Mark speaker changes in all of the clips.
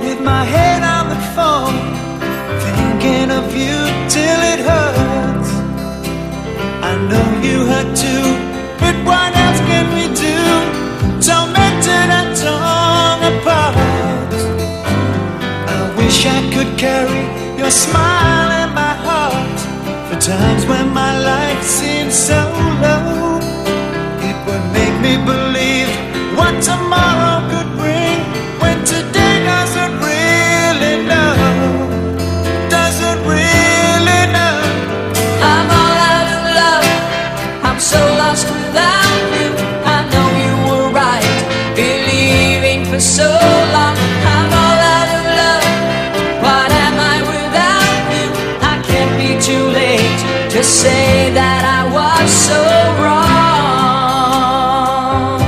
Speaker 1: with my head on the phone, thinking of you till it hurts. I know you hurt too, but what else can we do? Tormented and torn apart. I wish I could carry your smile in my heart for times when my life seems so low. It would make me believe what tomorrow could bring when today doesn't really know. Doesn't really know.
Speaker 2: I'm all out of love. I'm so lost without you. I know you were right, believing for so long. I'm all out of love. What am I without you? I can't be too late to say that I was so wrong.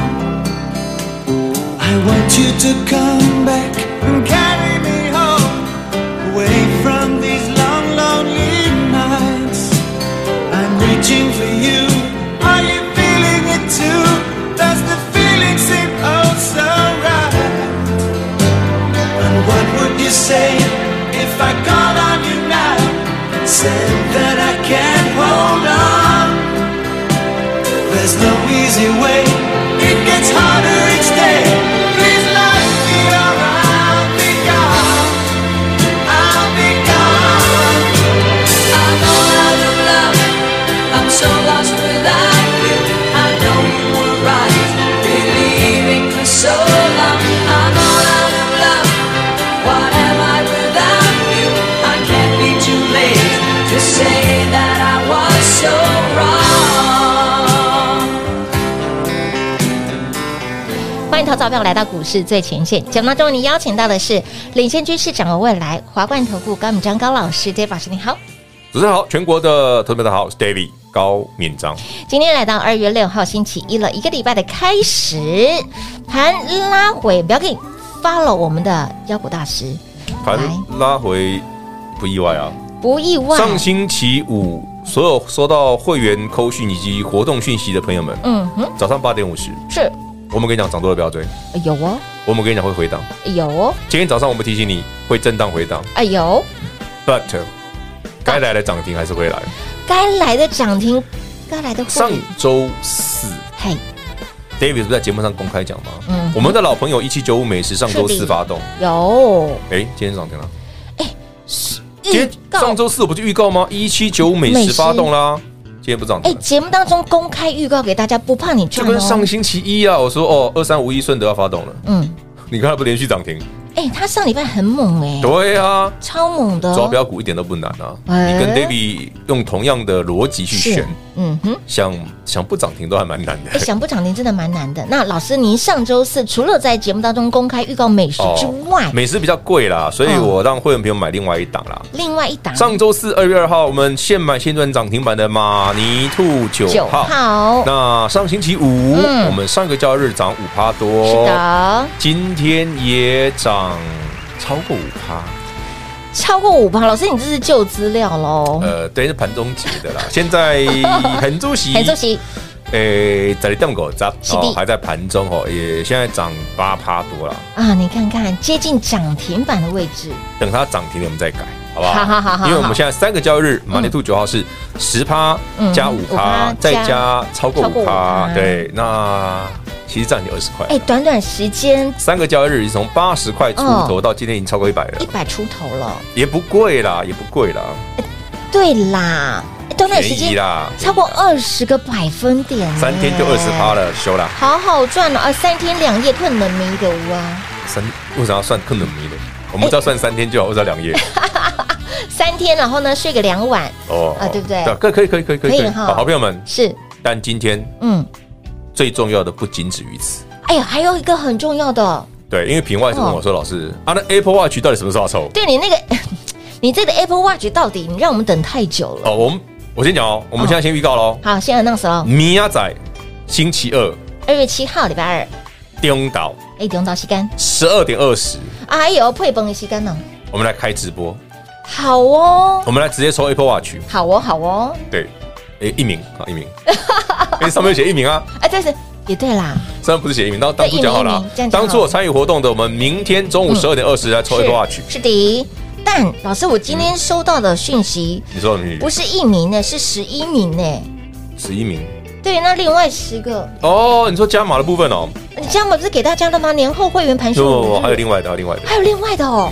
Speaker 1: I want you to come back and carry me home away from these long, lonely nights. I'm reaching for you. Are you feeling it too? Does the feeling seem oh so right? And what would you say if I called on you now and said that I can't hold on? There's no easy way. It gets harder each day. Please love me or I'll be gone. I'll be gone.
Speaker 2: I'm all out of love. I'm so lost without you. I know you were right, believing for so long. I'm all out of love. What am I without you? I can't be too late to say that I was so wrong.
Speaker 3: 欢迎投早票来到股市最前线。节目当中，你邀请到的是领先趋势、掌握未来华冠投顾高敏章高老师，David 老师，你好。
Speaker 4: 主持人好，全国的朋友们大家好，我是 David 高敏章。
Speaker 3: 今天来到二月六号星期一了，一个礼拜的开始，盘拉回，不要给你发了我们的妖股大师，
Speaker 4: 盘
Speaker 3: 来
Speaker 4: 拉回不意外啊。
Speaker 3: 不意外。
Speaker 4: 上星期五，所有收到会员扣讯以及活动讯息的朋友们，
Speaker 3: 嗯哼，
Speaker 4: 早上八点五十，
Speaker 3: 是
Speaker 4: 我们跟你讲涨多了不要追，
Speaker 3: 有哦，
Speaker 4: 我们跟你讲会回档。
Speaker 3: 有哦，
Speaker 4: 今天早上我们提醒你会震荡回档
Speaker 3: 哎有，
Speaker 4: ，but 该来的涨停还是会来。
Speaker 3: 该来的涨停，该来的获
Speaker 4: 上
Speaker 3: 利，
Speaker 4: 周四
Speaker 3: 嘿，
Speaker 4: ，David 是不是在节目上公开讲吗？
Speaker 3: 嗯
Speaker 4: 我们的老朋友一七九五美食上周
Speaker 3: 是
Speaker 4: 四
Speaker 3: 的
Speaker 4: 发动，
Speaker 3: 有
Speaker 4: 哎，今天涨停了。今
Speaker 3: 预
Speaker 4: 天
Speaker 3: 告
Speaker 4: 上。周四我不就预告吗？一七九五美
Speaker 3: 美食
Speaker 4: 食发动啦，今天不涨停
Speaker 3: 哎，
Speaker 4: 了。
Speaker 3: 节目当中公开预告给大家，不怕你
Speaker 4: 就
Speaker 3: 赚
Speaker 4: 跟
Speaker 3: 哦
Speaker 4: 上。星期一啊，我说哦，二三五一顺德要发动了，
Speaker 3: 嗯，
Speaker 4: 你看它不连续涨停？
Speaker 3: 哎，他上礼拜很猛哎，
Speaker 4: 对啊，
Speaker 3: 超猛的哦。
Speaker 4: 抓标股一点都不难啊。
Speaker 3: 哎
Speaker 4: 你跟 David 用同样的逻辑去
Speaker 3: 是
Speaker 4: 选，，
Speaker 3: 嗯哼。
Speaker 4: 想想不涨停都还蛮难
Speaker 3: 哎，
Speaker 4: 的。
Speaker 3: 想不涨停真的蛮难的。那老师，您上周四除了在节目当中公开预告美食之外，
Speaker 4: 哦美食比较贵啦，所以
Speaker 3: 嗯
Speaker 4: 我让会员朋友买另外一档啦。
Speaker 3: 另外一档
Speaker 4: 上周四二月二号，我们现买现赚涨停板的马尼兔九
Speaker 3: 九
Speaker 4: 号。
Speaker 3: 号，
Speaker 4: 那上星期五，
Speaker 3: 嗯
Speaker 4: 我们上个交易日涨五趴多，
Speaker 3: 是的，
Speaker 4: 今天也涨超过五趴，
Speaker 3: 超过五趴。老师，你这是旧资料喽？
Speaker 4: 呃，对，是盘中级的啦。 现在很主席，
Speaker 3: 很主，席，
Speaker 4: 诶，在档狗涨，
Speaker 3: 是的
Speaker 4: 还在盘中哦，也现在涨八趴多了。
Speaker 3: 啊，你看看接近涨停板的位置，
Speaker 4: 等它涨停了，我们再改，好不好？
Speaker 3: 好好好好
Speaker 4: 因为我们现在三个交易日，马尼兔九号是十趴
Speaker 3: 嗯
Speaker 4: 加五趴
Speaker 3: 5%，
Speaker 4: 再加超过
Speaker 3: 超过
Speaker 4: 五趴
Speaker 3: 5%，
Speaker 4: 对，那其实占你二十块。
Speaker 3: 哎，短短时间
Speaker 4: 三个交易日，从八十块出
Speaker 3: 哦
Speaker 4: 头到今天已经超过一百了
Speaker 3: 一，百出头了，
Speaker 4: 也不贵啦，也不贵啦，
Speaker 3: 对啦，哎短短时
Speaker 4: 便宜
Speaker 3: 间
Speaker 4: 啦，
Speaker 3: 超过二十个百分点，
Speaker 4: 三天就二十趴
Speaker 3: 了。
Speaker 4: 了，修啦。
Speaker 3: 好好赚了啊！三天两夜困能没有啊？
Speaker 4: 三为啥要算更冷迷的？我们只要算三天就好，或者两夜
Speaker 3: 哎三天，然后呢睡个两晚，
Speaker 4: 哦
Speaker 3: 啊对不对
Speaker 4: 可以可以可以可以可以
Speaker 3: 可以哈
Speaker 4: 好，好朋友们，
Speaker 3: 是，
Speaker 4: 但今天
Speaker 3: 嗯，
Speaker 4: 最重要的不仅止于此，
Speaker 3: 哎呀，还有一个很重要的
Speaker 4: 对，因为平外是问我说：“老师啊，那 Apple Watch 到底什么时候要抽
Speaker 3: 对你那个， 你这个 Apple Watch 到底你让我们等太久？”了。
Speaker 4: 哦，我们我先讲哦，我们现在先预告喽。
Speaker 3: 好，现在弄死了，
Speaker 4: 米亚仔星期二
Speaker 3: 二月七号礼拜二，
Speaker 4: 颠倒
Speaker 3: 哎，等到吸干，
Speaker 4: 十二点二十，
Speaker 3: 哎呦，配崩吸干了，
Speaker 4: 我们来开直播，
Speaker 3: 好哦，
Speaker 4: 我们来直接抽 Apple Watch。
Speaker 3: 好哦，好哦，
Speaker 4: 对，诶，一名啊， 一名，因为上面有写一名啊，
Speaker 3: 哎，但是也对啦，
Speaker 4: 上面不是写一名，当当初讲好了啊
Speaker 3: 一名一名这样，讲好
Speaker 4: 当初我参与活动的，我们明天中午
Speaker 3: 嗯
Speaker 4: 十二点二十来抽 Apple Watch
Speaker 3: 是。是的，但老师，我今天收到的讯息
Speaker 4: 你说你
Speaker 3: 不是一名呢，是十一名呢。
Speaker 4: 十一名
Speaker 3: 对，那另外十个，
Speaker 4: 哦，你说加码的部 分哦，
Speaker 3: 你这样不是给大家了吗？年后会员盘数
Speaker 4: 就
Speaker 3: 五
Speaker 4: 哦还有
Speaker 3: 日，
Speaker 4: 另外的，还有另外的。
Speaker 3: 还有另外的哦，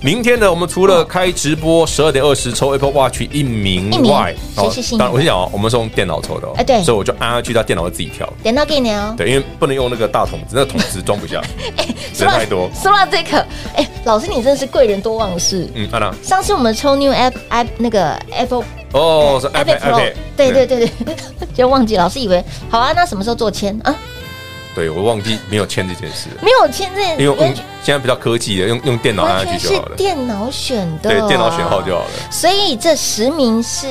Speaker 4: 明天呢，我们除了开直播十二点二十抽 Apple Watch 一名
Speaker 3: 一
Speaker 4: 外，
Speaker 3: 名谁是幸运的
Speaker 4: 当然我先讲哦，我们是用电脑抽的哦，
Speaker 3: 哎对
Speaker 4: 所以我就按下去，它电脑会自己跳。
Speaker 3: 点到给你哦。
Speaker 4: 对，因为不能用那个大桶子，那桶子装 不下， 人
Speaker 3: 说到
Speaker 4: 太多。
Speaker 3: 说到这个，哎，老师你真的是贵人多忘事。
Speaker 4: 嗯，安娜，
Speaker 3: 上次我们抽 New App i 那个 Apple
Speaker 4: 哦，是 iPad iPad，
Speaker 3: Pro，对对对
Speaker 4: 嗯
Speaker 3: 对， 就忘记老师以为好啊，那什么时候做签啊？
Speaker 4: 对，我忘记没有签这件事了，
Speaker 3: 没有签这
Speaker 4: 因为用
Speaker 3: 完全
Speaker 4: 现在比较科技的，用用电脑
Speaker 3: 哎完
Speaker 4: 按下
Speaker 3: 全
Speaker 4: 去就是好了，
Speaker 3: 电脑选的，
Speaker 4: 对，电脑选号就好了。
Speaker 3: 所以这十名是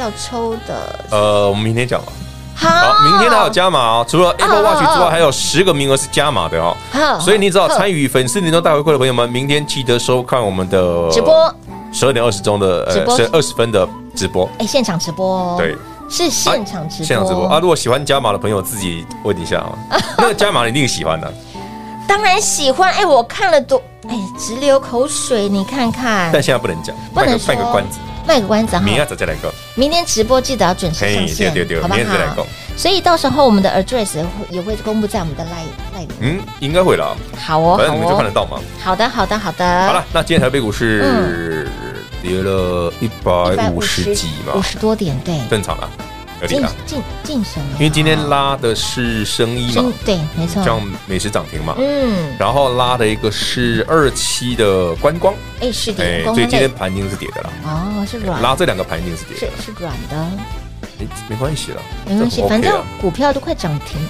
Speaker 3: 要抽的。
Speaker 4: 呃，我们明天
Speaker 3: 哦
Speaker 4: 讲吧。
Speaker 3: 好，
Speaker 4: 好，明天还有加码哦，除了 Apple
Speaker 3: 哦哦
Speaker 4: Watch 之
Speaker 3: 哦
Speaker 4: 外，还有十个名额是加码的哦。
Speaker 3: 好，
Speaker 4: 所以你只要参
Speaker 3: 与
Speaker 4: 与粉丝年终大回馈的朋友们，明天记得收看我们的
Speaker 3: 直播，
Speaker 4: 十二点二十钟的
Speaker 3: 直播
Speaker 4: 呃二十分的直播。
Speaker 3: 哎，现场直播，
Speaker 4: 对，
Speaker 3: 是现场直播，
Speaker 4: 现场直播啊！如果喜欢加码的朋友，自己问一 下啊。那个加码你一定喜欢的，
Speaker 3: 当然喜欢，哎，我看了多，哎，直流口水，你看看
Speaker 4: 但，现在不能讲，
Speaker 3: 不
Speaker 4: 卖
Speaker 3: 能
Speaker 4: 个
Speaker 3: 说
Speaker 4: 卖个关子，，
Speaker 3: 卖个关子哈，
Speaker 4: 明天再来个。
Speaker 3: 明天直播记得要准时上
Speaker 4: 嘿对
Speaker 3: 线，
Speaker 4: 对对
Speaker 3: 好不
Speaker 4: 明天再来
Speaker 3: 好
Speaker 4: 搞？
Speaker 3: 所以到时候我们的 address 会也会公布在我们的 line line 里面。
Speaker 4: 嗯，应该会啦，
Speaker 3: 好哦，
Speaker 4: 反正
Speaker 3: 好
Speaker 4: 你们就看得
Speaker 3: 哦，
Speaker 4: 到嘛。
Speaker 3: 好的，好的，好
Speaker 4: 好
Speaker 3: 的。
Speaker 4: 了，那今天台北股市跌了一百五十几嘛
Speaker 3: 嗯五，十多点，对，
Speaker 4: 正常啦，啊合理
Speaker 3: 进
Speaker 4: 啦。
Speaker 3: 进进什么？
Speaker 4: 因为今天拉的是生意嘛
Speaker 3: 真，嗯对，没错，
Speaker 4: 像美食涨停嘛，
Speaker 3: 嗯，
Speaker 4: 然后拉的一个是二期的观光，
Speaker 3: 哎，是的，
Speaker 4: 哎，
Speaker 3: 光
Speaker 4: 所以
Speaker 3: 光
Speaker 4: 今
Speaker 3: 类
Speaker 4: 天盘一定是跌的啦。
Speaker 3: 哦，是软，
Speaker 4: 拉这两个盘一定是跌
Speaker 3: 是
Speaker 4: 的，
Speaker 3: 是软的，
Speaker 4: 没没关系啦，
Speaker 3: 没关系，
Speaker 4: 这很
Speaker 3: 反
Speaker 4: OK
Speaker 3: 正
Speaker 4: 啦
Speaker 3: 股票都快涨停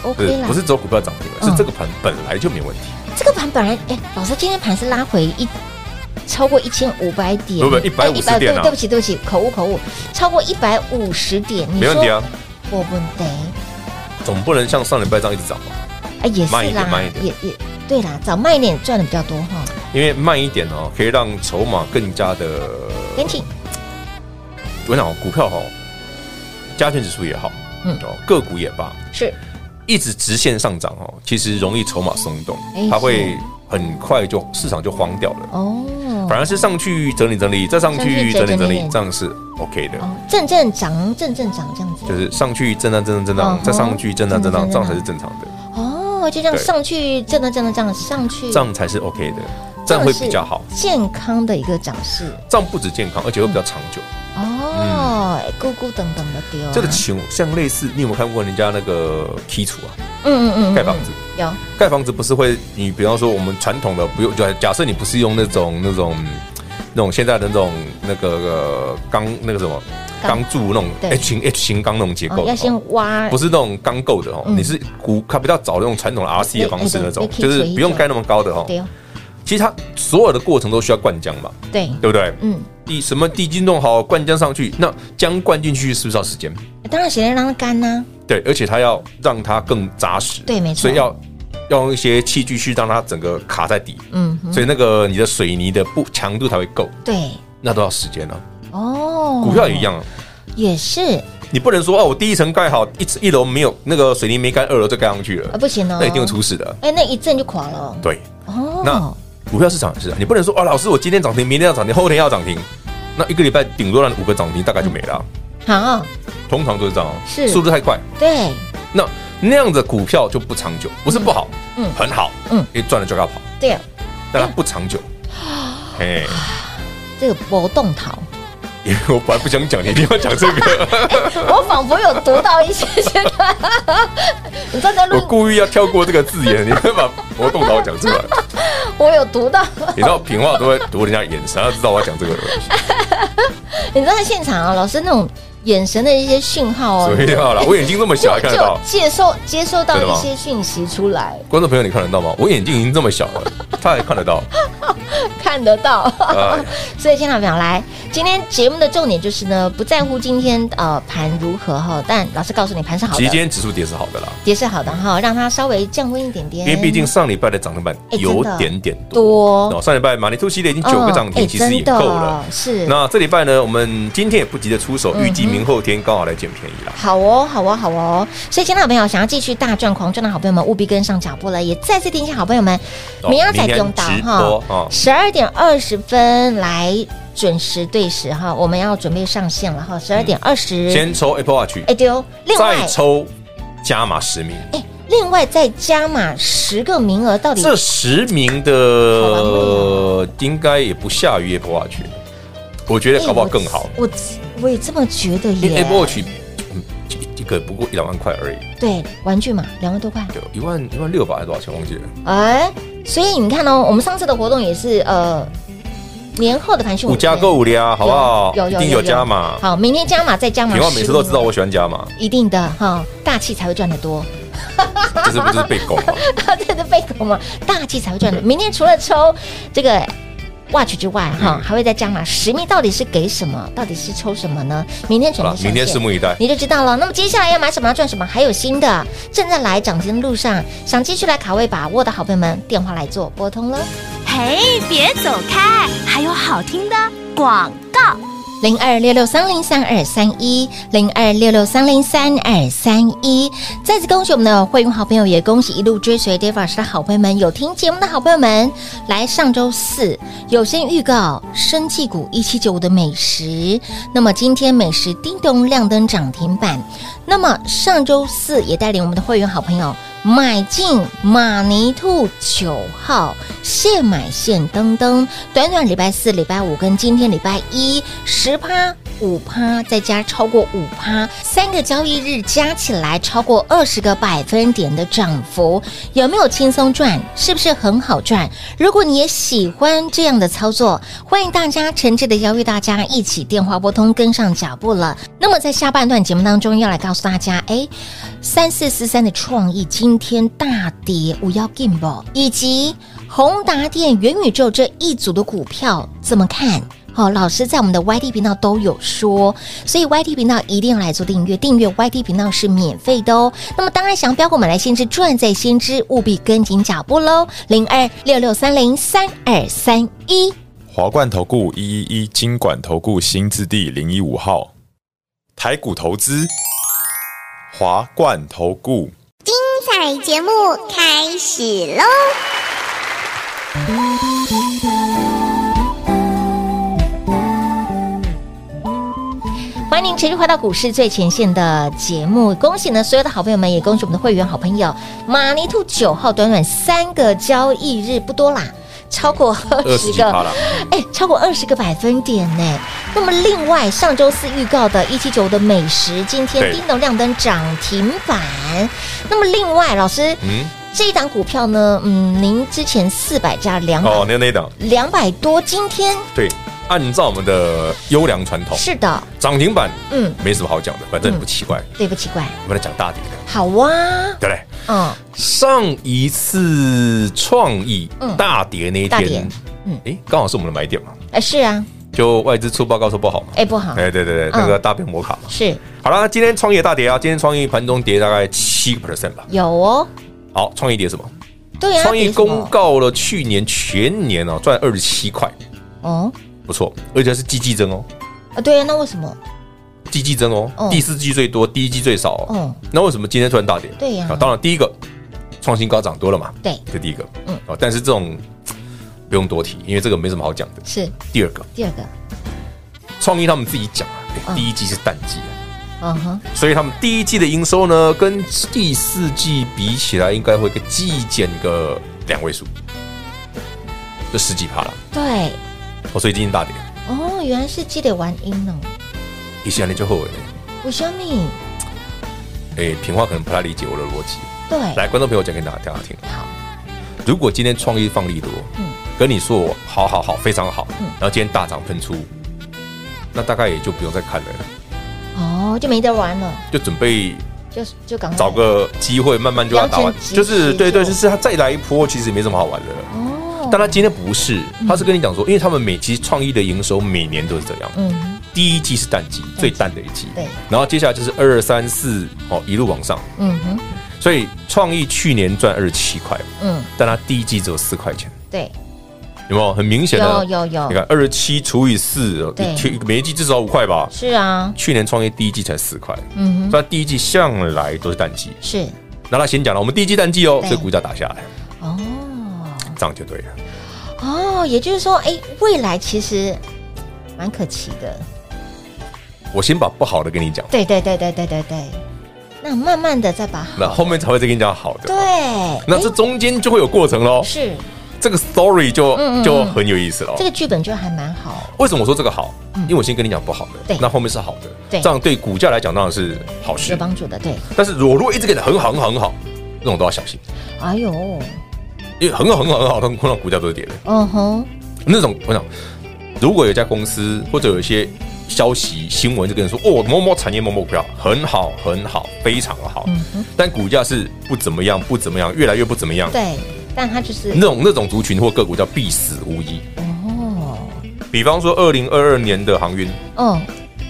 Speaker 4: 不
Speaker 3: ，OK
Speaker 4: 是
Speaker 3: 啦。
Speaker 4: 不是只有股票涨停了，
Speaker 3: 嗯
Speaker 4: 是这个盘本来就没问题，
Speaker 3: 这个盘本来，哎，老师今天盘是拉回一超过一千五百点，
Speaker 4: 不不
Speaker 3: 哎
Speaker 4: 150
Speaker 3: 100
Speaker 4: 点
Speaker 3: 对
Speaker 4: 啊
Speaker 3: 对不起对不起，口误口误，超过一百五十点，你
Speaker 4: 没问题啊，
Speaker 3: 我不得，
Speaker 4: 总不能像上礼拜这样一直涨吧？
Speaker 3: 哎，也是
Speaker 4: 慢一点
Speaker 3: 啦
Speaker 4: 慢一，点
Speaker 3: 也也对啦，早卖一点赚的比较多哈，
Speaker 4: 因为慢一点哦，可以让筹码更加的。
Speaker 3: 跟紧，
Speaker 4: 我想哦股票哈、哦，加权指数也好，
Speaker 3: 嗯
Speaker 4: 哦个股也罢，
Speaker 3: 是
Speaker 4: 一直直线上涨哦，其实容易筹码松动
Speaker 3: 哎，
Speaker 4: 它会很快就市场就慌掉了。
Speaker 3: 哦，
Speaker 4: 反而是上去整理整理，再上去
Speaker 3: 上去整
Speaker 4: 整理整
Speaker 3: 理
Speaker 4: 理，这样是 OK 的。
Speaker 3: 哦，正正涨，正正涨这样子，
Speaker 4: 就是上去震荡震荡
Speaker 3: 嗯
Speaker 4: 震荡，再上去震荡震荡，
Speaker 3: 震荡
Speaker 4: 这样才是正常的，
Speaker 3: 哦，就这样
Speaker 4: 对
Speaker 3: 上去，这样这样这样上去，
Speaker 4: 这样才是 OK 的，这样会比较好，
Speaker 3: 健康的一个涨势
Speaker 4: 这样不止健康，而且会比较
Speaker 3: 嗯
Speaker 4: 长久。
Speaker 3: 哦，咕咕等等的丢啊，
Speaker 4: 嗯这个球像类似，你有没有看过人家那个基础啊？
Speaker 3: 嗯嗯嗯，
Speaker 4: 盖房子，
Speaker 3: 嗯有
Speaker 4: 盖房子不是会，你比方说我们传统的不用，就假设你不是用那种那种那种现在的那种那个呃钢那个什么
Speaker 3: 钢
Speaker 4: 钢柱那种
Speaker 3: 对
Speaker 4: H 型 H 型钢那种结
Speaker 3: 哦
Speaker 4: 构的
Speaker 3: 要
Speaker 4: 哦，
Speaker 3: 先挖，
Speaker 4: 不是那种钢构的哦，
Speaker 3: 嗯
Speaker 4: 你是古它比较早的那种传统的 RC 的方式那种
Speaker 3: 那，那
Speaker 4: 就是不用盖那么高的哦。
Speaker 3: 丢，
Speaker 4: 其实它所有的过程都需要灌浆嘛，
Speaker 3: 对，
Speaker 4: 对不对？
Speaker 3: 嗯，
Speaker 4: 地什么地基弄好，灌浆上去，那浆灌进去是不是要时间？
Speaker 3: 当然先让它干呐，
Speaker 4: 对，而且它要让它更扎实，
Speaker 3: 对没错
Speaker 4: 所以要要用一些器具去让它整个卡在底，
Speaker 3: 嗯哼，
Speaker 4: 所以那个你的水泥的不强度才会够，
Speaker 3: 对，
Speaker 4: 那都要时间啊。
Speaker 3: 哦，
Speaker 4: 股票也一，样啊，
Speaker 3: 也是
Speaker 4: 你不能说哦，我第一层盖好，一一楼没有那个水泥没干，二楼就盖上去
Speaker 3: 啊，
Speaker 4: 了，
Speaker 3: 不行哦，
Speaker 4: 那一定会出事的。
Speaker 3: 哎，那一阵就垮了哦
Speaker 4: 对，
Speaker 3: 哦，
Speaker 4: 那股票市场也是啊，你不能说哦，老师我今天涨停，明天要涨停，后天要涨停，那一个礼拜顶多让你五个涨停，大概就没了啊。
Speaker 3: 好，
Speaker 4: 通常都是这样啊，
Speaker 3: 嗯是
Speaker 4: 速度太快，
Speaker 3: 对，
Speaker 4: 那那样的股票就不长久，不是不好，
Speaker 3: 嗯
Speaker 4: 嗯，很好，
Speaker 3: 嗯
Speaker 4: 嗯，一赚了就要跑，
Speaker 3: 对，
Speaker 4: 但它不长久。
Speaker 3: 嗯
Speaker 4: 哎，
Speaker 3: 这个波动 桃，
Speaker 4: 因为我本来不想讲，你一定要讲这个，
Speaker 3: 我仿佛有读到一些 这个，你知道在
Speaker 4: 我
Speaker 3: 论，
Speaker 4: 故意要跳过这个字眼，你会把活动岛讲出来。
Speaker 3: 我有读到。
Speaker 4: 你知道平话都会读人家眼神，他知道我要讲这个。
Speaker 3: 你知道在现场啊，老师那种眼神的一些讯号哦，
Speaker 4: 所以要了，我眼睛这么
Speaker 3: 就
Speaker 4: 小还看得
Speaker 3: 就
Speaker 4: 到，
Speaker 3: 接受接受到
Speaker 4: 真的
Speaker 3: 一
Speaker 4: 吗
Speaker 3: 些讯息出来，
Speaker 4: 观众朋友你看得到吗？我眼睛已经这么小了，他还看 得到，
Speaker 3: 看得到。
Speaker 4: 哎
Speaker 3: 所以，现场表来，今天节目的重点就是呢，不在乎今天呃盘如何哈，但老师告诉你盘是好
Speaker 4: 其实今
Speaker 3: 的，
Speaker 4: 天指数跌是好的啦，
Speaker 3: 也是好的哈，让它稍微降温一点哦点。
Speaker 4: 因为毕竟上礼拜的涨停板
Speaker 3: 哎
Speaker 4: 有
Speaker 3: 真的
Speaker 4: 点点
Speaker 3: 多
Speaker 4: 哦，上礼拜马尼兔系列已经九个涨
Speaker 3: 嗯哎
Speaker 4: 停，其实也
Speaker 3: 真的
Speaker 4: 够了。
Speaker 3: 是
Speaker 4: 那这礼拜呢，我们今天也不急着出手，预
Speaker 3: 嗯
Speaker 4: 计
Speaker 3: 哼
Speaker 4: 明后天刚好来捡便宜啦。
Speaker 3: 好哦，好哦，好哦！所以，亲爱的朋友，想要继续大赚狂赚的好朋友们，务必跟上脚步了。也再次提醒好朋友们，
Speaker 4: 哦
Speaker 3: 明天再
Speaker 4: 明天
Speaker 3: 用到
Speaker 4: 直播哦
Speaker 3: 十二点二十分来准时对时哈，我们要准备上线了哈，十二点二十。
Speaker 4: 嗯先抽 Apple Watch，
Speaker 3: 嗯哎丢、另外
Speaker 4: 再抽加码十名，
Speaker 3: 哎，另外再加码十个名额，到底
Speaker 4: 这十名的
Speaker 3: 嗯好玩不
Speaker 4: 呃应该也不下于 Apple Watch，我觉得
Speaker 3: 哎
Speaker 4: 搞不好更好，哎
Speaker 3: 我我也这么觉得
Speaker 4: 因为
Speaker 3: 耶。
Speaker 4: Apple Watch 嗯一一个不过一两万块而已，
Speaker 3: 对玩具嘛，两万多块。
Speaker 4: 就一万一万六吧，还是多少钱忘记了，
Speaker 3: 哎，所以你看哦，我们上次的活动也是呃年后的盘讯，
Speaker 4: 五加购物量好不好？
Speaker 3: 有有
Speaker 4: 一定有加码。
Speaker 3: 好，明天加码再加码。
Speaker 4: 平旺每次都知道我喜欢加码，
Speaker 3: 一定的哈、大气才会赚得多，
Speaker 4: 这是不是被拱啊嘛？
Speaker 3: 这是被狗嘛，大气才会赚的。明天除了抽这个 watch 之外
Speaker 4: 嗯
Speaker 3: 哈、还会再加码十名，到底是给什么？到底是抽什么呢？明天
Speaker 4: 好
Speaker 3: 准
Speaker 4: 了
Speaker 3: 备，上
Speaker 4: 明天
Speaker 3: 线
Speaker 4: 拭目以待。
Speaker 3: 你就知道了。那么接下来要买什么，要赚什么，还有新的正在来涨停的路上，想继续来卡位把握的好朋友们，电话来做拨通了。
Speaker 5: 嘿，别走开，还有好听的广告。
Speaker 3: 零二六六三零三二三一，零二六六三零三二三一。再次恭喜我们的会员好朋友，也恭喜一路追随 Dave 老师的好朋友们，有听节目的好朋友们，来上周四有先预告生气股一七九五的美食，那么今天美食叮咚亮灯涨停板，那么上周四也带领我们的会员好朋友。买进马尼兔九号，现买现登登，短短礼拜四、礼拜五跟今天礼拜一十趴、五趴，再加超过五趴，三个交易日加起来超过二十个百分点的涨幅，有没有轻松赚？是不是很好赚？如果你也喜欢这样的操作，欢迎大家诚挚的邀约大家一起电话拨通，跟上脚步了。那么在下半段节目当中，要来告诉大家，哎，三四四三的创意今天大跌，五幺 g a m b 以及宏达电、元宇宙这一组的股票怎么看？好、老师在我们的 YT 频道都有说，所以 YT 频道一定要来做订阅，订阅 YT 频道是免费的哦。那么当然，想标股买来先知，赚在先知，务必跟紧脚步喽。零二六六三零三二三一。
Speaker 6: 华冠投顾一一一金管投顾新字第零一五号，台股投资，华冠投顾。
Speaker 7: 彩节目开始喽！
Speaker 3: 欢迎您持续回到股市最前线的节目。恭喜呢所有的好朋友们，也恭喜我们的会员好朋友马尼兔九号，短短三个交易日不多啦，超过二
Speaker 4: 二
Speaker 3: 十
Speaker 4: 十几
Speaker 3: 个
Speaker 4: 趴啦，
Speaker 3: 哎，超过二十个百分点呢。那么另外上周四预告的一七九的美食，今天
Speaker 4: 对
Speaker 3: 叮咚亮灯涨停板。那么另外老师，
Speaker 4: 嗯，
Speaker 3: 这一档股票呢，嗯，您之前四百加两
Speaker 4: 哦，
Speaker 3: 百
Speaker 4: 那那一档，
Speaker 3: 两百多，今天
Speaker 4: 对，按照我们的优良传统，
Speaker 3: 是的，
Speaker 4: 涨停板
Speaker 3: 嗯，
Speaker 4: 没什么好讲的，反正也不奇怪，
Speaker 3: 对不奇怪，
Speaker 4: 我们来讲大跌的，
Speaker 3: 好啊，
Speaker 4: 对不对？
Speaker 3: 嗯，
Speaker 4: 上一次创意
Speaker 3: 嗯
Speaker 4: 大跌那一
Speaker 3: 大跌
Speaker 4: 天，
Speaker 3: 嗯
Speaker 4: 嗯，哎，刚好是我们的买点嘛，
Speaker 3: 哎是啊，
Speaker 4: 就外资出报告说不好嘛，
Speaker 3: 哎不好，
Speaker 4: 哎，对对对，那个大变摩卡嘛。
Speaker 3: 是
Speaker 4: 好啦，今天创业大跌啊，今天创意盘中跌大概七 percent 吧。
Speaker 3: 有哦，
Speaker 4: 好，创意跌什么？
Speaker 3: 对啊，
Speaker 4: 创意
Speaker 3: 跌什么
Speaker 4: 公告了去年全年哦赚二十七块，
Speaker 3: 哦，
Speaker 4: 不错，而且是季季增哦，
Speaker 3: 啊对啊，那为什么？
Speaker 4: 季季增哦，
Speaker 3: 哦
Speaker 4: 第四季最多，第一季最少哦。
Speaker 3: 哦，
Speaker 4: 那为什么今天突然大跌？
Speaker 3: 对呀
Speaker 4: 啊当然第一个创新高涨多了嘛，
Speaker 3: 对，
Speaker 4: 这第一个，
Speaker 3: 嗯
Speaker 4: 嗯，哦，但是这种嘖不用多提，因为这个没什么好讲的。
Speaker 3: 是
Speaker 4: 第二个，
Speaker 3: 第二个，
Speaker 4: 创意他们自己讲啊，哎
Speaker 3: 嗯
Speaker 4: 第一季是淡季
Speaker 3: 嗯
Speaker 4: 啊，
Speaker 3: 哼，
Speaker 4: 所以他们第一季的营收呢，跟第四季比起来，应该会个季减个两位数，就十几趴了。
Speaker 3: 对，
Speaker 4: 哦，所以今天大跌，
Speaker 3: 哦，原来是积累完音哦呢，
Speaker 4: 一下你就后悔了。
Speaker 3: 我想你，
Speaker 4: 哎，平话可能不太理解我的逻辑。
Speaker 3: 对，
Speaker 4: 来，观众朋友讲给大家大家听。
Speaker 3: 好，
Speaker 4: 如果今天创意放利多，
Speaker 3: 嗯
Speaker 4: 跟你说我好好好，非常好，
Speaker 3: 嗯
Speaker 4: 然后今天大涨喷出，那大概也就不用再看了。
Speaker 3: 哦，就没得玩了，
Speaker 4: 就准备
Speaker 3: 就就赶快
Speaker 4: 找个机会慢慢就要打
Speaker 3: 摇
Speaker 4: 完
Speaker 3: 钱，及
Speaker 4: 就是
Speaker 3: 时
Speaker 4: 对对，
Speaker 3: 就
Speaker 4: 就是他再来一波，其实也没什么好玩的了。
Speaker 3: 哦，嗯
Speaker 4: 但他今天不是，他是跟你讲说，因为他们每其实创意的营收每年都是这样，
Speaker 3: 嗯，
Speaker 4: 第一季是淡季，最淡的一季，
Speaker 3: 对，
Speaker 4: 然后接下来就是二三四哦一路往上，
Speaker 3: 嗯哼，
Speaker 4: 所以创意去年赚二十七块，
Speaker 3: 嗯，
Speaker 4: 但它第一季只有四块钱，
Speaker 3: 对，
Speaker 4: 有没有很明显
Speaker 3: 有
Speaker 4: 的？
Speaker 3: 有
Speaker 4: 你
Speaker 3: 有，
Speaker 4: 看二十七除以四，
Speaker 3: 对
Speaker 4: 一天每一季至少五块吧。
Speaker 3: 是啊，
Speaker 4: 去年创业第一季才四块，
Speaker 3: 嗯哼，
Speaker 4: 所以它第一季向来都是淡季。
Speaker 3: 是
Speaker 4: 那他先讲了，我们第一季淡季哦，
Speaker 3: 对
Speaker 4: 所以股价打下来，
Speaker 3: 哦
Speaker 4: 这样就对了。
Speaker 3: 哦，也就是说，哎，未来其实蛮可期的，
Speaker 4: 我先把不好的跟你讲，
Speaker 3: 对对对对对对对，那慢慢的再把好
Speaker 4: 那后面才会再跟你讲好的。
Speaker 3: 对，
Speaker 4: 那这
Speaker 3: 哎
Speaker 4: 中间就会有过程喽，
Speaker 3: 是
Speaker 4: 这个 story 就
Speaker 3: 嗯嗯嗯
Speaker 4: 就很有意思了
Speaker 3: 这。个剧本就还蛮好，
Speaker 4: 为什么我说这个好？
Speaker 3: 嗯
Speaker 4: 因为我先跟你讲不好
Speaker 3: 对
Speaker 4: 的，那后面是好的，
Speaker 3: 对
Speaker 4: 这样对股价来讲当然是好
Speaker 3: 有
Speaker 4: 事。
Speaker 3: 帮助的，对，
Speaker 4: 但是我如果一直给你很好很好很好，那种都要小心，
Speaker 3: 哎呦，
Speaker 4: 因为很好很好很好，通常股价都是跌的。
Speaker 3: 嗯哼，
Speaker 4: 那种我想，如果有一家公司或者有一些消息新闻就跟你说，哦，某某产业某某股票很好很好，非常好，
Speaker 3: 嗯哼，
Speaker 4: 但股价是不怎么样不怎么样，越来越不怎么样，
Speaker 3: 对，但他就是
Speaker 4: 那种那种族群或个股叫必死无疑。
Speaker 3: 哦，
Speaker 4: 比方说，二零二二年的航运，
Speaker 3: 嗯，